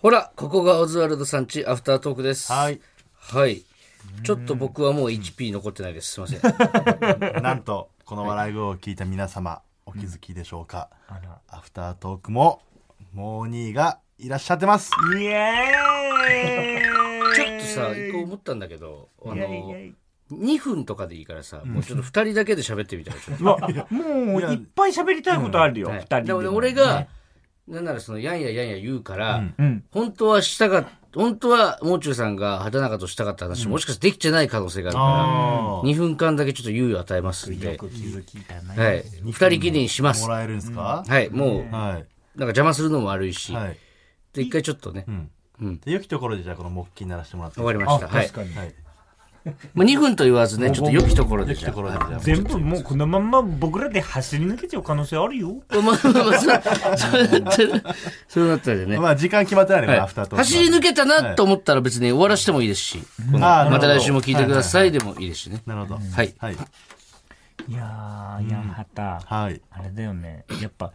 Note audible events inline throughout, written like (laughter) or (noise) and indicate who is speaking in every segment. Speaker 1: ほら、ここがオズワルドさんちアフタートークです。 (laughs)
Speaker 2: はい。
Speaker 1: はい。ちょっと僕はもう 1P 残ってないです。すいません。
Speaker 2: なんと、この笑い声を聞いた皆様、お気づきでしょうか。
Speaker 3: あら
Speaker 2: アフタートークも、モーニーがいらっしゃってます。
Speaker 3: イエーイ
Speaker 1: ちょっとさ、一個思ったんだけど、あ
Speaker 3: いやい
Speaker 1: の
Speaker 3: や、いや
Speaker 1: 2分とかでいいからさ、もうちょっと2人だけで喋ってみたらちょっと
Speaker 3: うわもういっぱい喋りたいことあるよ、
Speaker 1: はい
Speaker 3: 二人で
Speaker 1: で
Speaker 3: も
Speaker 1: もね俺が、なんならその、やんややんや言うから、
Speaker 3: うん
Speaker 1: 本当はしたか、本当は、もう中さんが畑中としたかった話、もしかしてできてない可能性があるから、
Speaker 2: あー
Speaker 1: 2分間だけちょっと猶予与えますんで、
Speaker 2: よく気づきたね。
Speaker 1: はい。2人きりにします。
Speaker 2: も
Speaker 1: は
Speaker 2: らえるんですか、
Speaker 1: い。もう、なんか
Speaker 2: はい。
Speaker 1: 邪魔するのも悪いし、
Speaker 2: はい。
Speaker 1: で、一回ちょっとね
Speaker 2: う、ん。で良きところで、じゃあこの木琴鳴らしてもらってい
Speaker 1: 終
Speaker 2: いで
Speaker 1: わ
Speaker 2: す
Speaker 1: りま
Speaker 3: あ
Speaker 1: した。はい
Speaker 3: 確。かに、
Speaker 2: かはい。
Speaker 1: まあ、2分と言わずね、ちょっと良きところで
Speaker 2: 良き
Speaker 1: じゃ
Speaker 2: と
Speaker 1: あ。
Speaker 2: ころで、じゃあ。
Speaker 3: 全部もうこのまんま僕らで走り抜けちゃう可能性あるよ
Speaker 1: まあまあまあ、そうそうなったら、そうなったらでね。
Speaker 2: まあ、時間決まってないの
Speaker 1: は
Speaker 2: か
Speaker 1: い
Speaker 2: な、アフタートーク。
Speaker 1: 走り抜けたなと思ったら別に終わらしてもいいですし、この
Speaker 2: あー
Speaker 1: また
Speaker 2: な
Speaker 1: 来
Speaker 2: るほど
Speaker 1: 週も聞いてくださいでもいいですしね。
Speaker 2: なるほど。
Speaker 1: はい
Speaker 2: はい。
Speaker 3: いやー、いやはた、
Speaker 2: はい。
Speaker 3: あれだよねやっぱ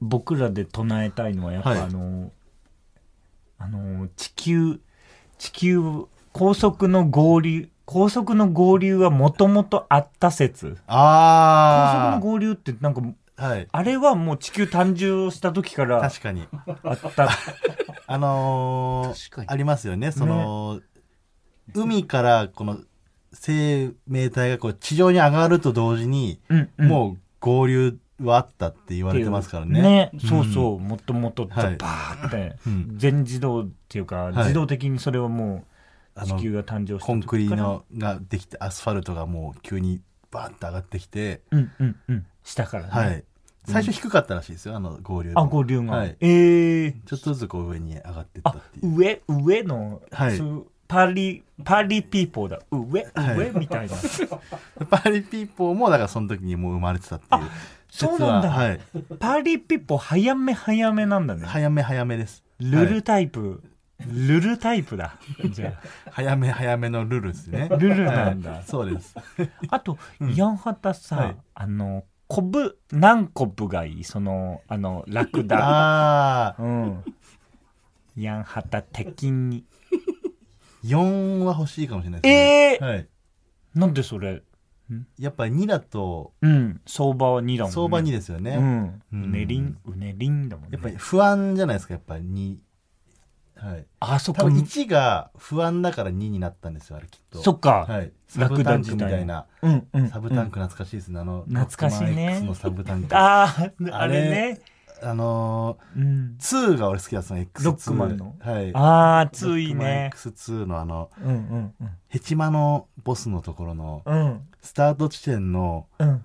Speaker 3: 僕らで唱えたいのはやっぱ、
Speaker 2: はい
Speaker 3: あのあの地球地球高速の合流高速の合流はもともとあった説高速の
Speaker 2: あ
Speaker 3: 合流ってなんか
Speaker 2: あ。はい。
Speaker 3: あれはもう地球誕生した時から
Speaker 2: 確かに。
Speaker 3: あった
Speaker 2: あのー
Speaker 1: 確かに
Speaker 2: ありますよね。その、海からこの生命体がこう地上に上がると同時に、
Speaker 3: うんうん
Speaker 2: もう合流はあったって言われてますからね。
Speaker 3: そうそう、もともと
Speaker 2: はい
Speaker 3: バーって
Speaker 2: うん
Speaker 3: 全自動っていうか
Speaker 2: い
Speaker 3: 自動的にそれはもう
Speaker 2: あ
Speaker 3: 地
Speaker 2: の
Speaker 3: 球が誕生した時から
Speaker 2: コンクリのができて、アスファルトがもう急にバーンと上がってきて、
Speaker 3: うんうんうん下からね
Speaker 2: はい。最初低かったらしいですよ、あの合流も。
Speaker 3: あ合流が、
Speaker 2: はい
Speaker 3: ええ
Speaker 2: ちょっとずつこう上に上がっていった
Speaker 3: あ
Speaker 2: っていう。
Speaker 3: 上上の、
Speaker 2: はい
Speaker 3: そうパリパリピーポーだ上
Speaker 2: は
Speaker 3: 上、
Speaker 2: い
Speaker 3: みたいな
Speaker 2: パリピーポーも、だからその時にもう生まれてたっていう。
Speaker 3: そうなんだ、
Speaker 2: 実ははい。
Speaker 3: パリピーポー早め早めなんだね、
Speaker 2: 早め早めです。
Speaker 3: ル
Speaker 2: は
Speaker 3: ル
Speaker 2: い
Speaker 3: タイプ、ルルタイプだじゃあ
Speaker 2: 早め早めのルルですね。
Speaker 3: ルル
Speaker 2: (laughs)
Speaker 3: なんだ
Speaker 2: はいそうです。
Speaker 3: あと、ヤンハタさ、
Speaker 2: はい
Speaker 3: あの、コブ、何コブがいいその、あの、ラクダ。
Speaker 2: (laughs) ああ、
Speaker 3: うん。ヤンハタ的に。
Speaker 2: 4は欲しいかもしれないですね。
Speaker 3: ええ
Speaker 2: はい。
Speaker 3: なんでそれ
Speaker 2: やっぱ2だと、
Speaker 3: うん。相場は2だもんね。
Speaker 2: 相場2ですよね。
Speaker 3: うん。
Speaker 2: う
Speaker 3: うんねりん、うねりんだもんね。
Speaker 2: やっぱり不安じゃないですか、やっぱり2。はい。
Speaker 3: あ、そっ
Speaker 2: 多
Speaker 3: か。
Speaker 2: 分1が不安だから2になったんですよ、あれきっと。
Speaker 3: そっか。
Speaker 2: はい。サ
Speaker 3: ラ
Speaker 2: ブ
Speaker 3: ク
Speaker 2: タ
Speaker 3: ダ
Speaker 2: ン
Speaker 3: み
Speaker 2: ク
Speaker 3: た
Speaker 2: み
Speaker 3: いな
Speaker 2: たいな。
Speaker 3: うんうん。
Speaker 2: サブタンク懐かしいですね、あの、
Speaker 3: 懐かしいね
Speaker 2: X のサブタンク。あ
Speaker 3: あーあ、
Speaker 2: あれ
Speaker 3: れね。
Speaker 2: の
Speaker 3: うん。
Speaker 2: ー、2が俺好きだったの、X2。
Speaker 3: ロックマンの
Speaker 2: はい。
Speaker 3: ああ、ついね。
Speaker 2: X2 のあの、
Speaker 3: うんうんうん。
Speaker 2: ヘチマのボスのところの、
Speaker 3: うん。
Speaker 2: スタート地点の、
Speaker 3: うん。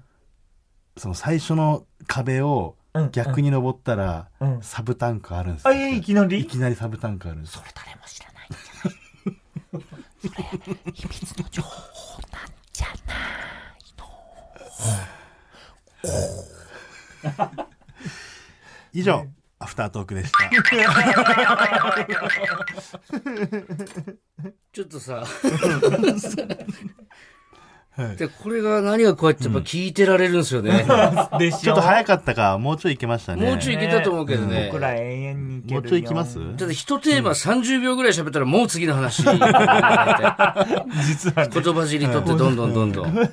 Speaker 2: その最初の壁を
Speaker 3: うん
Speaker 2: 逆に登ったら、
Speaker 3: うん。
Speaker 2: サブタンクあるんです
Speaker 3: あ、
Speaker 2: よ。
Speaker 3: いやいきなり
Speaker 2: いきなりサブタンクあるんですよ。
Speaker 3: 誰も知らない。
Speaker 2: 以上、アフタートークでした。
Speaker 1: ちょっとさ、
Speaker 2: はい
Speaker 1: でこれが何がこうやってやっぱ聞いてられるんですよね。
Speaker 3: でしょ
Speaker 2: ちょっと早かったか、もうちょい行けましたね。
Speaker 1: もうちょい行けたと思うけどね。
Speaker 3: 僕ら永遠に行ける
Speaker 2: もうちょい行きます
Speaker 1: だって一テーマ30秒ぐらい喋ったらもう次の話。言葉
Speaker 3: 実はね
Speaker 1: 尻とってどんどんどんどん。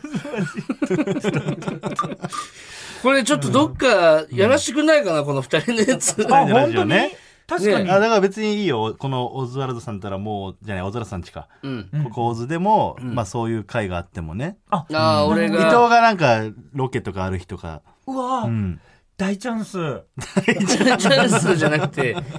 Speaker 1: これちょっとどっかやらしてくんないかな、この二人のやつ。
Speaker 3: あ
Speaker 2: ラ
Speaker 3: 本
Speaker 2: ジオ
Speaker 3: 当に
Speaker 2: ね
Speaker 3: 確かに、
Speaker 2: あだから別にいいよ。このオズワルドさんったらもう、じゃない、オズワルドさんちか。
Speaker 1: うん。
Speaker 2: ここオズでも、まあそういう会があってもね。
Speaker 3: あ
Speaker 1: ああ、俺
Speaker 2: 伊藤
Speaker 1: が。
Speaker 2: がなんか、ロケとかある日とか。
Speaker 3: うわ、
Speaker 2: うん。
Speaker 3: 大チャンス
Speaker 1: チャンスじゃなくて。 (laughs)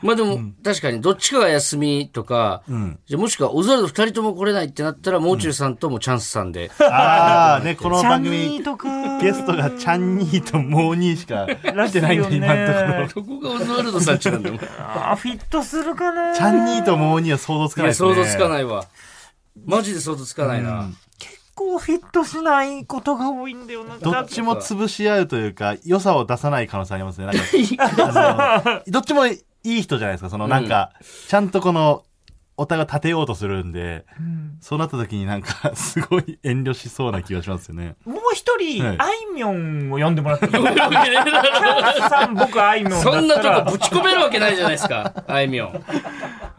Speaker 1: まあでも、確かにどっちかが休みとか、
Speaker 2: うん。
Speaker 1: じゃあもしくはオズワルド二人とも来れないってなったら、もう中さんともチャンスさん (laughs) で。
Speaker 2: ああ、ね、この
Speaker 3: チャン
Speaker 2: 番
Speaker 3: ニ
Speaker 2: 組
Speaker 3: ー、とく
Speaker 2: ゲストがチャンニーとモーニーしか来てないんで、
Speaker 3: らしいよね
Speaker 2: 今のとこ
Speaker 1: どこ
Speaker 2: ろ。
Speaker 1: がオズワルドさんちなんだもん。 (laughs) い
Speaker 3: (laughs) あーフィットするか
Speaker 2: (laughs)
Speaker 3: な
Speaker 2: チャンニーとモーニーは想像つかない
Speaker 1: や、
Speaker 2: ですね。
Speaker 1: 想像つか
Speaker 2: い。
Speaker 1: ないわ。マジで想像つかないな。
Speaker 3: 結構フィットしないことが多いんだよな
Speaker 2: どっちも潰し合うというか、良さを出さない可能性ありますね。なんか
Speaker 1: いや (laughs)
Speaker 2: あのどっちもいい人じゃないですか。そのなんか、ちゃんとこの、お互いを立てようとするんで、そうなった時になん
Speaker 1: (laughs)
Speaker 2: かすごい遠慮しそうな気がしますよね。
Speaker 3: もう一人、
Speaker 2: はい
Speaker 3: あいみょんを呼んでもらっていいですかさん、僕、あいみょんだったら。
Speaker 1: そんなとこぶち込めるわけないじゃないですか、あいみょん。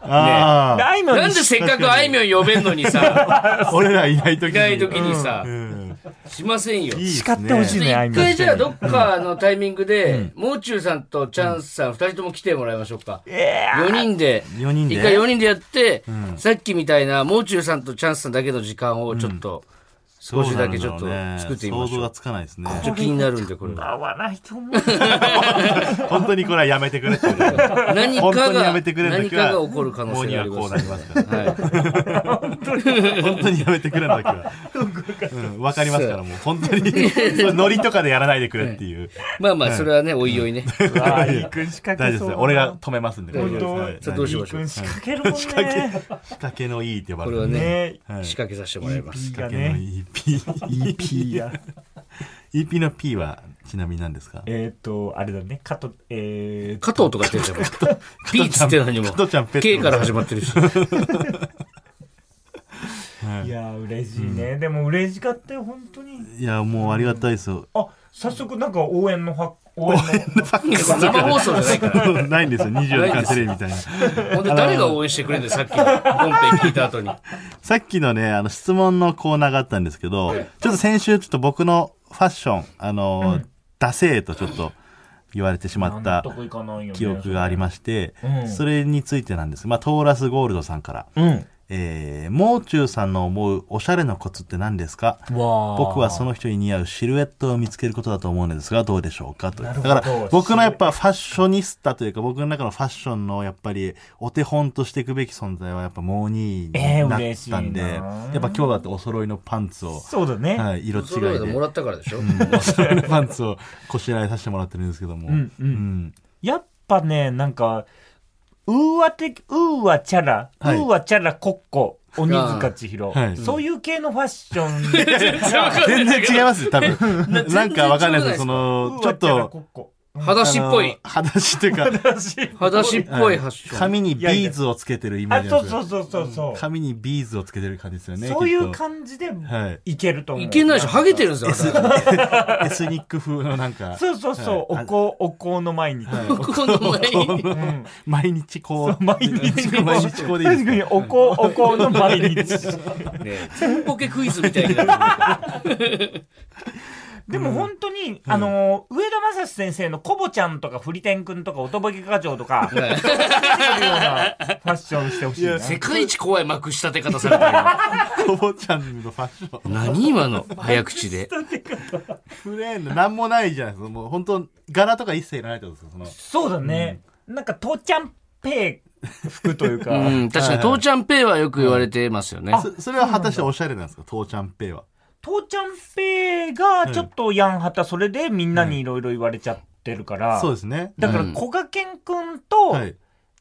Speaker 2: あ
Speaker 3: であいみょんに
Speaker 1: なんでせっかくあいみょん呼べんのにさ、
Speaker 2: あ、俺らいない時に。
Speaker 1: いない時にさ
Speaker 2: う、ん。
Speaker 1: しませんよ。
Speaker 2: いい
Speaker 3: 叱ってほ
Speaker 1: ちょ
Speaker 3: しい
Speaker 1: っと
Speaker 3: ね、あい
Speaker 1: 一
Speaker 3: みょん。
Speaker 1: 回じゃあどっかのタイミングで、もう中さんとチャンスさん二人とも来てもらいましょうか。
Speaker 3: えー
Speaker 1: 4人で。
Speaker 2: 4人で。
Speaker 1: 一回4人でやって、さっきみたいな、もう中さんとチャンスさんだけの時間をちょっと、少しだけちょっと作ってみま
Speaker 2: 想
Speaker 1: し
Speaker 2: 像
Speaker 1: ょ
Speaker 2: が
Speaker 1: う。
Speaker 2: つかないですね。
Speaker 1: ちょっと気になるんで、これは。
Speaker 3: 合わないと思
Speaker 2: (laughs)
Speaker 3: う。
Speaker 2: 本当にこれはやめてくれっていう。
Speaker 1: (laughs) 何
Speaker 2: 本
Speaker 1: か
Speaker 2: 当にや
Speaker 1: が、
Speaker 2: めてくれの
Speaker 1: 何
Speaker 2: 時は
Speaker 1: かが起こる可能
Speaker 2: もう
Speaker 1: 性
Speaker 2: に
Speaker 1: があ
Speaker 2: は
Speaker 1: り
Speaker 2: こう
Speaker 1: ま
Speaker 2: な
Speaker 1: す
Speaker 2: り。ますから。
Speaker 1: はい。
Speaker 2: 本当にやめてくれの時は。
Speaker 1: (laughs)
Speaker 2: うん、わかりますから、もう本当に。そうノリとかでやらないでくれっていう。
Speaker 1: まあまあ、それはね、おいおいね。
Speaker 3: ああ、いい君仕掛けそう。
Speaker 2: 大丈夫です。俺が。止めますんで。
Speaker 3: 本当
Speaker 2: はい
Speaker 1: さあどうしましょう
Speaker 3: いい君仕掛けるもんね。仕掛
Speaker 2: 仕掛けのいいって呼ば
Speaker 1: こ
Speaker 2: れ
Speaker 1: れ
Speaker 2: る。
Speaker 1: は
Speaker 3: け。
Speaker 1: ね、
Speaker 3: ね
Speaker 2: はい
Speaker 1: 仕掛けさせてもらいます。
Speaker 3: いや
Speaker 2: 仕掛けの
Speaker 3: ね。
Speaker 2: いい P。(laughs)
Speaker 3: いや。
Speaker 2: EP の P はちなみに何ですか
Speaker 3: えっと、あれだね。加藤、えー
Speaker 1: 加藤とかって言っても、ピーつって何も
Speaker 2: 加、藤ちゃんペット
Speaker 1: K から始まってるし。
Speaker 2: はいい
Speaker 3: や、嬉しいね。でも嬉しかったよ、本当に。
Speaker 2: いや、もうありがたいですよ。 (laughs)
Speaker 3: あ、早速なんか応援のは、応援の。
Speaker 1: 生放送じゃないから。
Speaker 2: ないんですよ。24時間テレビみたいな。
Speaker 1: ほんで、誰が応援してくれるんだよ、さっきの。本編聞いた後に。
Speaker 2: さっきのね、あの、質問のコーナーがあったんですけど、ちょっと先週、ちょっと僕のファッション、あの、ダセーとちょっと言われてしまっ
Speaker 3: 納
Speaker 2: た
Speaker 3: 得いかないよね
Speaker 2: 記憶がありまして、
Speaker 3: うん
Speaker 2: それについてなんです。まあ、トーラスゴールドさんから、
Speaker 3: うん。
Speaker 2: えー、もう中さんの思うおしゃれのコツって何ですか
Speaker 3: わあ
Speaker 2: 僕はその人に似合うシルエットを見つけることだと思うのですが、どうでしょうかという。
Speaker 3: な
Speaker 2: だ
Speaker 3: るほ
Speaker 2: か
Speaker 3: ど
Speaker 2: ら、僕のやっぱファッショニスタというか、僕の中のファッションのやっぱり、お手本としていくべき存在はやっぱモーニーになったんで、
Speaker 3: えー嬉しいな
Speaker 2: やっぱ今日だってお揃いのパンツを、
Speaker 3: そうだね。
Speaker 2: はい、色違
Speaker 1: それで
Speaker 2: いで
Speaker 1: も、らったからで (laughs) しょ。
Speaker 2: お揃いのパンツをこしらえさせてもらってるんですけども、
Speaker 3: うんうん
Speaker 2: ん
Speaker 3: やっぱね、なんか、ウーア的、ウーアチャラ、
Speaker 2: はい
Speaker 3: ウーアチャラコッコ、鬼塚千尋、
Speaker 2: はい
Speaker 3: そういう系のファッションで、
Speaker 2: 全然違いますよ、多分。 (laughs) なんかわかんないですけど、 (laughs) その、ちょっ
Speaker 3: ウーアチャラコ
Speaker 2: と、
Speaker 3: ッコ。
Speaker 1: 裸足っぽい。
Speaker 2: あの。裸足という (laughs) か、
Speaker 1: 裸足っぽい
Speaker 2: は
Speaker 1: 発祥。
Speaker 2: 髪にビーズをつけてるイメー
Speaker 3: あ、
Speaker 2: ジなん
Speaker 3: そう
Speaker 2: ですよ
Speaker 3: そうそうそうそう。
Speaker 2: 髪にビーズをつけてる感じですよね。
Speaker 3: そうい
Speaker 2: きっ
Speaker 3: う
Speaker 2: と
Speaker 3: 感じで、
Speaker 2: はい。
Speaker 3: いけると思う。
Speaker 1: いけないでしょ。ハゲてるんですよ。
Speaker 2: エスニック風のなんか。
Speaker 3: (laughs) そうそうそう、
Speaker 2: はい
Speaker 3: お香、お香の前に。
Speaker 2: はい
Speaker 1: ここの前に。
Speaker 2: こう毎日こう。
Speaker 3: 毎日こう
Speaker 2: 毎日こうでいい
Speaker 3: 確か
Speaker 2: で
Speaker 3: に、
Speaker 2: す
Speaker 3: お香、お香の毎日。
Speaker 1: ねえ、全ポケクイズみたいになって
Speaker 3: でも本当に、あのー、上田正史先生のコボちゃんとか、フリテン君とか、おとぼけ課長とか、そういうようなファッションしてほしいな。
Speaker 2: いや
Speaker 1: 世界一怖い幕仕立て方されたよ
Speaker 2: かお坊ちゃんのファッション。
Speaker 1: 今何今の早口で。
Speaker 2: プレーンのなんもないじゃないですか。もう本当柄とか一切いらないってことですよ。その
Speaker 3: そうだね。なんか、父ちゃんペー服というか、
Speaker 1: うん、確かに、父ちゃんペイはよく言われてますよね。
Speaker 2: そそれは果たしておしゃれなんですか父ちゃんペイは。
Speaker 3: 父ちゃんペーが、ちょっとヤンハタ、それでみんなにいろいろ言われちゃってるから、
Speaker 2: そうですね。
Speaker 3: だから、
Speaker 1: うん
Speaker 3: こがけん君と
Speaker 2: は、い。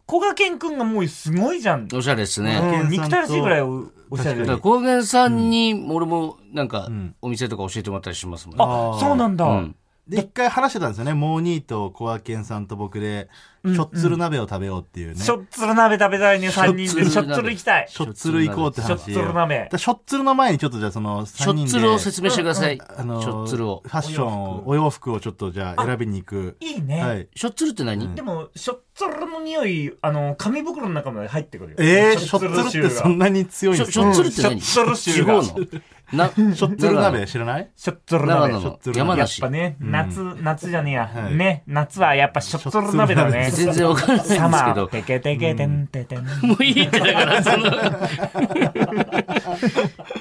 Speaker 3: こがけん君がもうすごいじゃん。
Speaker 1: おしゃれです
Speaker 3: う
Speaker 1: ね。
Speaker 3: ん憎たらしいぐらいおおしゃ
Speaker 1: だ
Speaker 3: れ
Speaker 2: 確
Speaker 1: か
Speaker 3: で
Speaker 1: ら、高原さんに、俺も、なんか
Speaker 2: ん、
Speaker 1: お店とか教えてもらったりしますもんね。
Speaker 3: あ、そうなんだ。
Speaker 1: うん
Speaker 2: で、一回話してたんですよね。モーニーとコアケンさんと僕で、しょっつる鍋を食べようっていうね。
Speaker 3: しょっつる鍋食べたいね、3人で。
Speaker 1: し
Speaker 3: し
Speaker 1: ょ
Speaker 3: ょ
Speaker 1: っつる鍋
Speaker 3: っつる行きたい。
Speaker 2: しょっつる行こうって
Speaker 3: しょっ
Speaker 2: 話。
Speaker 3: つる鍋
Speaker 2: だ。しょっつるの前にちょっとじゃあその
Speaker 1: しょ
Speaker 2: 3
Speaker 1: っ
Speaker 2: 人で。
Speaker 1: つるを説明してください。
Speaker 2: あのー
Speaker 1: しょっつるを
Speaker 2: フ。ァッションを、お洋服をちょっとじゃあ選びに行く。
Speaker 3: いいね。
Speaker 2: はい。
Speaker 1: しょっつるって何
Speaker 3: でも、しょっつるの匂い、あの、紙袋の中まで入ってくるよ。
Speaker 2: えー、しょっつるってそん
Speaker 3: な。
Speaker 2: なに強いん
Speaker 1: し
Speaker 2: で
Speaker 1: ょ
Speaker 2: す
Speaker 1: しょっつるって
Speaker 3: しょっ
Speaker 1: 何
Speaker 3: つる
Speaker 1: 違
Speaker 3: 臭
Speaker 1: う
Speaker 3: が
Speaker 1: のな、
Speaker 2: しょっつる鍋知らない
Speaker 3: しょっつる
Speaker 1: 長
Speaker 3: 鍋。
Speaker 1: 野
Speaker 3: しょっ
Speaker 1: の
Speaker 2: つる鍋
Speaker 1: 山
Speaker 3: やっ
Speaker 1: 梨
Speaker 3: ぱ。ね、夏、夏じゃねえや。
Speaker 2: い
Speaker 3: ね、夏はやっぱしょっつる鍋だね。
Speaker 1: 全然わからないんです
Speaker 3: (laughs) サマ
Speaker 1: け
Speaker 3: ー、
Speaker 1: ど。
Speaker 3: テケテケテンテテン。
Speaker 1: もういいってだから、その、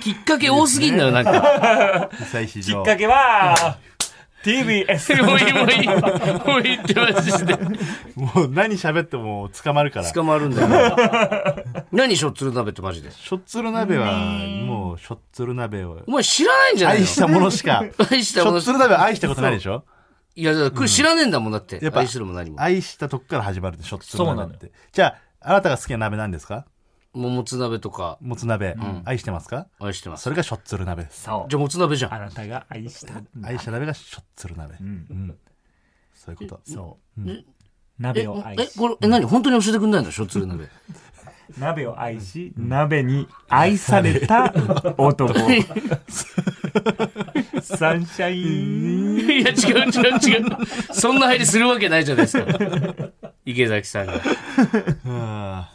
Speaker 1: きっかけ多すぎんだよ、なんか。
Speaker 2: 被災市
Speaker 3: きっ
Speaker 2: 場。
Speaker 3: かけは、TBS。
Speaker 1: もういい、もういい、もういいってマジで。
Speaker 2: もう何喋っても捕まるから。し
Speaker 1: 捕まるんだよ。何しょっつる鍋ってマジで。
Speaker 2: ょっつる鍋は、もうしょっつる鍋を
Speaker 1: お前知らないんじゃない
Speaker 2: 愛
Speaker 1: の
Speaker 2: したものしか。
Speaker 1: 愛し
Speaker 2: した
Speaker 1: も
Speaker 2: ょ
Speaker 1: の
Speaker 2: っつ。る鍋は愛したことないでしょ
Speaker 1: いや、だからこれ知らねえんだもんだって
Speaker 2: やっ。ぱ
Speaker 1: 愛するも何も。
Speaker 2: 愛したとこから始まるってしょっつる
Speaker 3: そうな
Speaker 2: 鍋
Speaker 3: の
Speaker 2: って。じゃあ、あなたが好きな鍋なんですか
Speaker 1: ももつ鍋とか
Speaker 2: もつ鍋。愛してますか
Speaker 1: 愛してます。
Speaker 2: それがしょっつる鍋です。
Speaker 3: そう
Speaker 1: じ。ゃあもつ鍋じゃ
Speaker 3: あ
Speaker 1: ん。
Speaker 3: なたが愛したんだ
Speaker 2: 愛した鍋がしょっつる鍋。うんそういうこと。
Speaker 3: そう。
Speaker 1: え、え
Speaker 3: 鍋を愛し、
Speaker 1: これ、え、何本当に教えてくんないんだしょっつる鍋。
Speaker 3: 鍋を愛し、鍋に愛された男。サンシャイン。
Speaker 1: いや、違う違う違う。そんな入りするわけないじゃないですか。池崎さんが。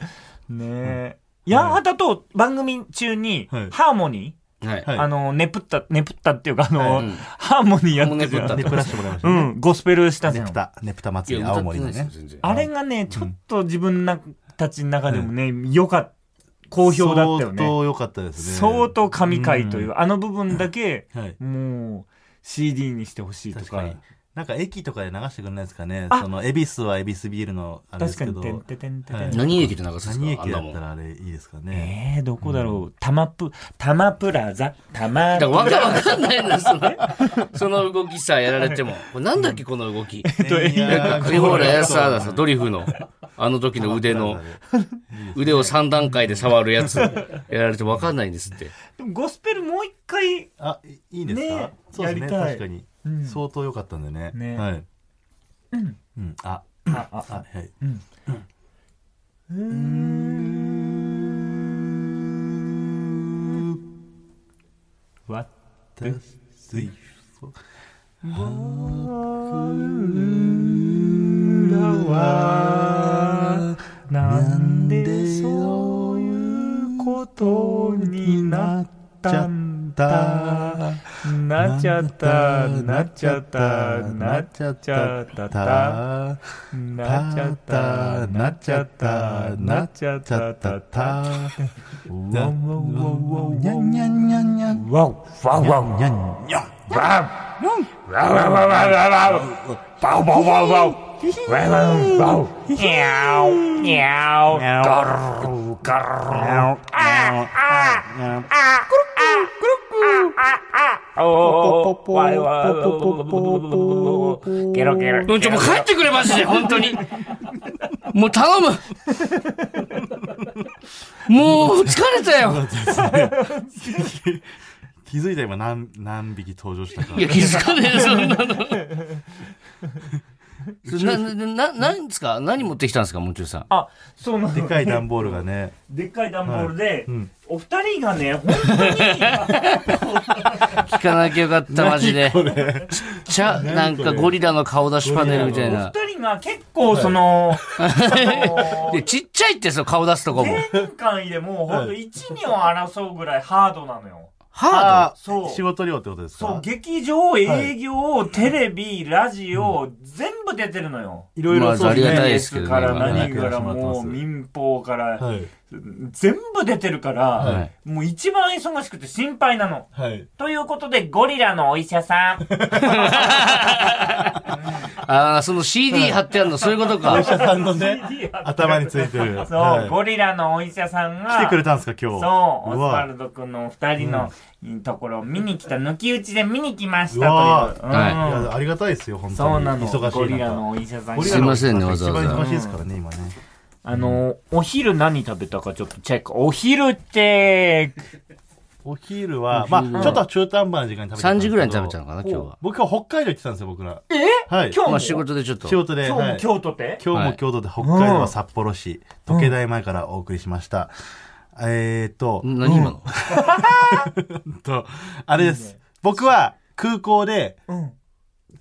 Speaker 3: ねえ。ヤンハタと番組中に、
Speaker 2: はい
Speaker 3: ハーモニ
Speaker 1: はい。
Speaker 3: ー、あの、ネプった、ネプったっていうか、あの、
Speaker 1: うん
Speaker 3: ハーモニー
Speaker 1: ハ
Speaker 3: やってる
Speaker 1: ーモニーネプった
Speaker 2: ネプラしてもらいました
Speaker 3: う
Speaker 2: ね。
Speaker 3: ん、ゴスペルした
Speaker 2: ネ
Speaker 3: じゃ
Speaker 2: プ
Speaker 3: ん。
Speaker 2: タ、ネプタ
Speaker 1: い
Speaker 2: 祭り、
Speaker 1: や、
Speaker 2: 青
Speaker 1: 歌って
Speaker 2: 森
Speaker 1: ないで
Speaker 2: の
Speaker 1: すよ
Speaker 2: ね、。
Speaker 1: 全然。
Speaker 3: あれがね、ちょっと自分なたちの中でもね、良かった、好評だったよ
Speaker 2: 相
Speaker 3: ね。
Speaker 2: 当良かったですね。
Speaker 3: 相当神回という、あの部分だけ、
Speaker 2: はい。
Speaker 3: もう、CD にしてほしいと
Speaker 2: 確
Speaker 3: か
Speaker 2: か。に。なんか駅とかで流してくれないですかね。
Speaker 3: あ
Speaker 2: その、恵比寿は恵比寿ビールのあれで
Speaker 3: 確
Speaker 2: す
Speaker 3: か
Speaker 2: け
Speaker 3: に、
Speaker 2: ど。
Speaker 3: てんててんて
Speaker 2: は
Speaker 3: て
Speaker 2: い
Speaker 3: ん。
Speaker 1: 何駅で流すん
Speaker 2: 何
Speaker 1: ですかあ
Speaker 2: 駅
Speaker 1: ん
Speaker 2: だ
Speaker 1: な
Speaker 2: っ
Speaker 1: もん。
Speaker 2: た
Speaker 1: だから
Speaker 2: あれいいですかね。
Speaker 3: ええどこだろう。タマプ、タマプラザ、タマ
Speaker 1: らわけわかんないんですよ。
Speaker 2: (laughs)
Speaker 1: その動きさ、やられても。これなんだっけ、この動き。
Speaker 3: えっと、
Speaker 2: いや
Speaker 1: なんか、栗原やさださ、ドリフの、あの時の腕の、腕を3段階で触るやつ、やられてわかんないんですって。
Speaker 3: ゴスペルもう一回、
Speaker 2: (laughs) あ、いいいですか
Speaker 3: ね
Speaker 2: そうですね、
Speaker 3: やりたい
Speaker 2: 確かに
Speaker 3: うん。
Speaker 2: 相当良かったんでね。
Speaker 3: ね
Speaker 2: はい。うん。あ、
Speaker 3: あ、あ、
Speaker 2: あ、はい。
Speaker 3: わ、
Speaker 2: 水素
Speaker 3: 裏は、なんでそういうことになったんだ。なっちゃった、なっちゃった、なっちゃった、た。なっちゃった、なっちゃった、なっちゃった、たた。わお
Speaker 2: にゃんにゃんにゃんにゃん
Speaker 3: わおわおわお
Speaker 2: にゃんにゃん
Speaker 1: うんちょ、もう帰ってくれ、マジで、本当に。もう頼
Speaker 2: (laughs)
Speaker 1: む。もう疲れたよ。
Speaker 2: 気づいた今何何匹登場したか
Speaker 1: いや、気づかねえよ、そんなの。な、な、な、なんですか何持ってきたんですか、もんちゅうさん。
Speaker 2: でかい段ボールがね
Speaker 1: 聞かなきゃよかった、マジで。ちっちゃ、なんかゴリラの顔出しパネルみたいな。 (laughs) で、ちっちゃいって、その顔出すとこも。
Speaker 3: 前回でもうほんと1、2を争うぐらいハードなのよ。
Speaker 1: ハ
Speaker 2: あ
Speaker 3: そう
Speaker 2: 仕事量ってことです
Speaker 3: そう
Speaker 2: か、
Speaker 3: 劇場、営業、テレビ、ラジオ、全部出てるのよ。
Speaker 2: いろいろ
Speaker 1: ま
Speaker 2: そうです
Speaker 1: あありがたいで
Speaker 2: ね
Speaker 1: すけどね
Speaker 3: から
Speaker 1: 今ね
Speaker 3: 何からもう民放から、
Speaker 2: はい
Speaker 3: 全部出てるから、
Speaker 2: はい
Speaker 3: もう一番忙しくて心配なの。
Speaker 2: はい
Speaker 3: ということで、ゴリラのお医者さ
Speaker 2: (laughs)
Speaker 3: ん。
Speaker 1: ード (laughs) ああ、その CD 貼ってあるの、そういうこと
Speaker 2: お医 (laughs) 者
Speaker 1: か。
Speaker 2: さんのね頭についてる
Speaker 3: (laughs) そう、
Speaker 2: はい
Speaker 3: ゴリラのお医者さんが、
Speaker 2: 来てくれたんですか今日
Speaker 3: そう、オス
Speaker 2: わ
Speaker 3: ワルド君のお二人のところを見に来た、抜き打ちで見に来ましたという
Speaker 2: うわ。
Speaker 3: うん
Speaker 1: はい
Speaker 2: いやありがたいですよ本当に
Speaker 3: そうなの。
Speaker 2: 忙しい中
Speaker 3: ゴリラのお医者さん
Speaker 2: ゴリ
Speaker 1: す
Speaker 2: ラ
Speaker 1: い
Speaker 2: の
Speaker 1: ませんねわざわざ
Speaker 2: 一番忙しいですからね今ね
Speaker 3: あの、お昼何食べたかちょっとチェック。お昼って、
Speaker 2: お昼はまあちょっと中途半端な時間に食べてたん
Speaker 1: 3
Speaker 2: ですけ
Speaker 1: 時
Speaker 2: ど
Speaker 1: ぐらいに食べちゃうのかな、今日は。
Speaker 2: 僕は北海道行ってたんですよ僕ら
Speaker 3: え
Speaker 2: はい
Speaker 3: 今日
Speaker 1: ま
Speaker 3: も
Speaker 1: あ仕事でちょっと。
Speaker 2: 仕事で
Speaker 3: 今日
Speaker 2: は
Speaker 3: も
Speaker 2: い
Speaker 3: 京都で、
Speaker 2: 今日も京都で北海道は札幌市、時計台前からお送りしました。えーっと、
Speaker 1: ん何今の
Speaker 2: うんと、あれです。僕は空港で、
Speaker 3: うん。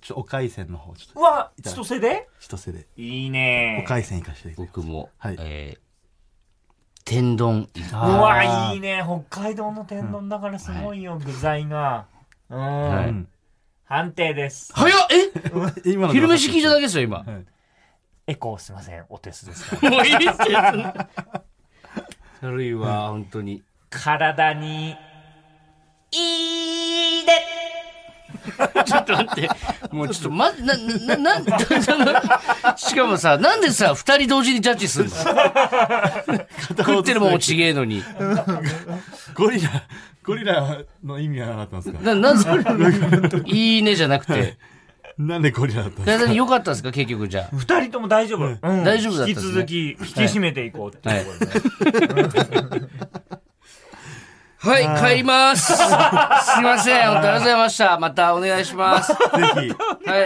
Speaker 2: ちょお海鮮の方、ちょっ
Speaker 3: う
Speaker 2: と、
Speaker 3: わ、千歳で
Speaker 2: 一瀬で、
Speaker 3: いい
Speaker 2: お
Speaker 3: ね
Speaker 2: 海鮮行かせていただき
Speaker 1: 僕も、
Speaker 2: はい
Speaker 1: えー、天丼。
Speaker 3: う
Speaker 2: ます。
Speaker 3: わ、いい
Speaker 2: ね。
Speaker 3: ね。北海道の天丼だからすごいよ、具材が。うん、
Speaker 1: は
Speaker 2: う
Speaker 1: い
Speaker 2: ん
Speaker 3: 判定です。
Speaker 1: 早っえ
Speaker 2: 今の
Speaker 1: 昼飯聞いただけですよ、今。
Speaker 2: はい
Speaker 3: エコーすいません。お手数ですか
Speaker 1: もういいですよ。それいわ、本当に。
Speaker 3: 体に、いいで
Speaker 1: ちょっと待って。もうちょっと、ま、な、な、な、な、 (laughs) しかもさ、なんでさ、二人同時にジャッジするの食ってるもんもちげえのに。
Speaker 2: ゴリラ、ゴリラの意味はなかったん
Speaker 1: (laughs)
Speaker 2: ですか
Speaker 1: な、なんそれ、いいねじゃなくて。
Speaker 2: なんでゴリラだったんです
Speaker 1: 体に良かったんですか、結局じゃ
Speaker 3: 二人とも大丈夫。うん
Speaker 1: 大丈夫だったん
Speaker 3: 引
Speaker 1: で
Speaker 3: き
Speaker 1: すね
Speaker 3: 続き、引き締めていこうっていうことでね。
Speaker 1: あ。はい、帰ります。すいません、本当ありがとうございました。またお願いします。(laughs)
Speaker 2: かぜ
Speaker 1: は
Speaker 2: ひ、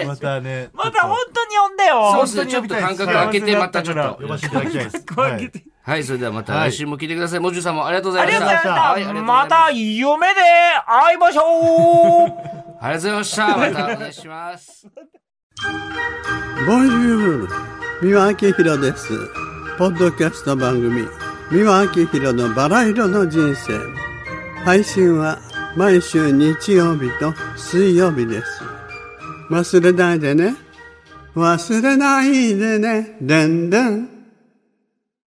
Speaker 1: い
Speaker 2: ま。たね。
Speaker 3: また本当に呼んだよ。
Speaker 1: そうですね、ちょっと間隔空けて、またちょっと。
Speaker 2: 呼ばせていただきたいです。
Speaker 3: こうやって
Speaker 2: は
Speaker 1: は
Speaker 2: い
Speaker 1: い、それではまた来週も聞いてください。もじゅうさんもありがとうございました。
Speaker 3: ありがとうございました。ま
Speaker 1: はい
Speaker 3: た夢で会いましょう
Speaker 1: ありがとうございました。またお願いします。
Speaker 4: ボンジュール三輪明宏ですポッドキャスト番組三輪明宏のバラ色の人生配信は毎週日曜日と水曜日です忘れないでね忘れないでねでんでん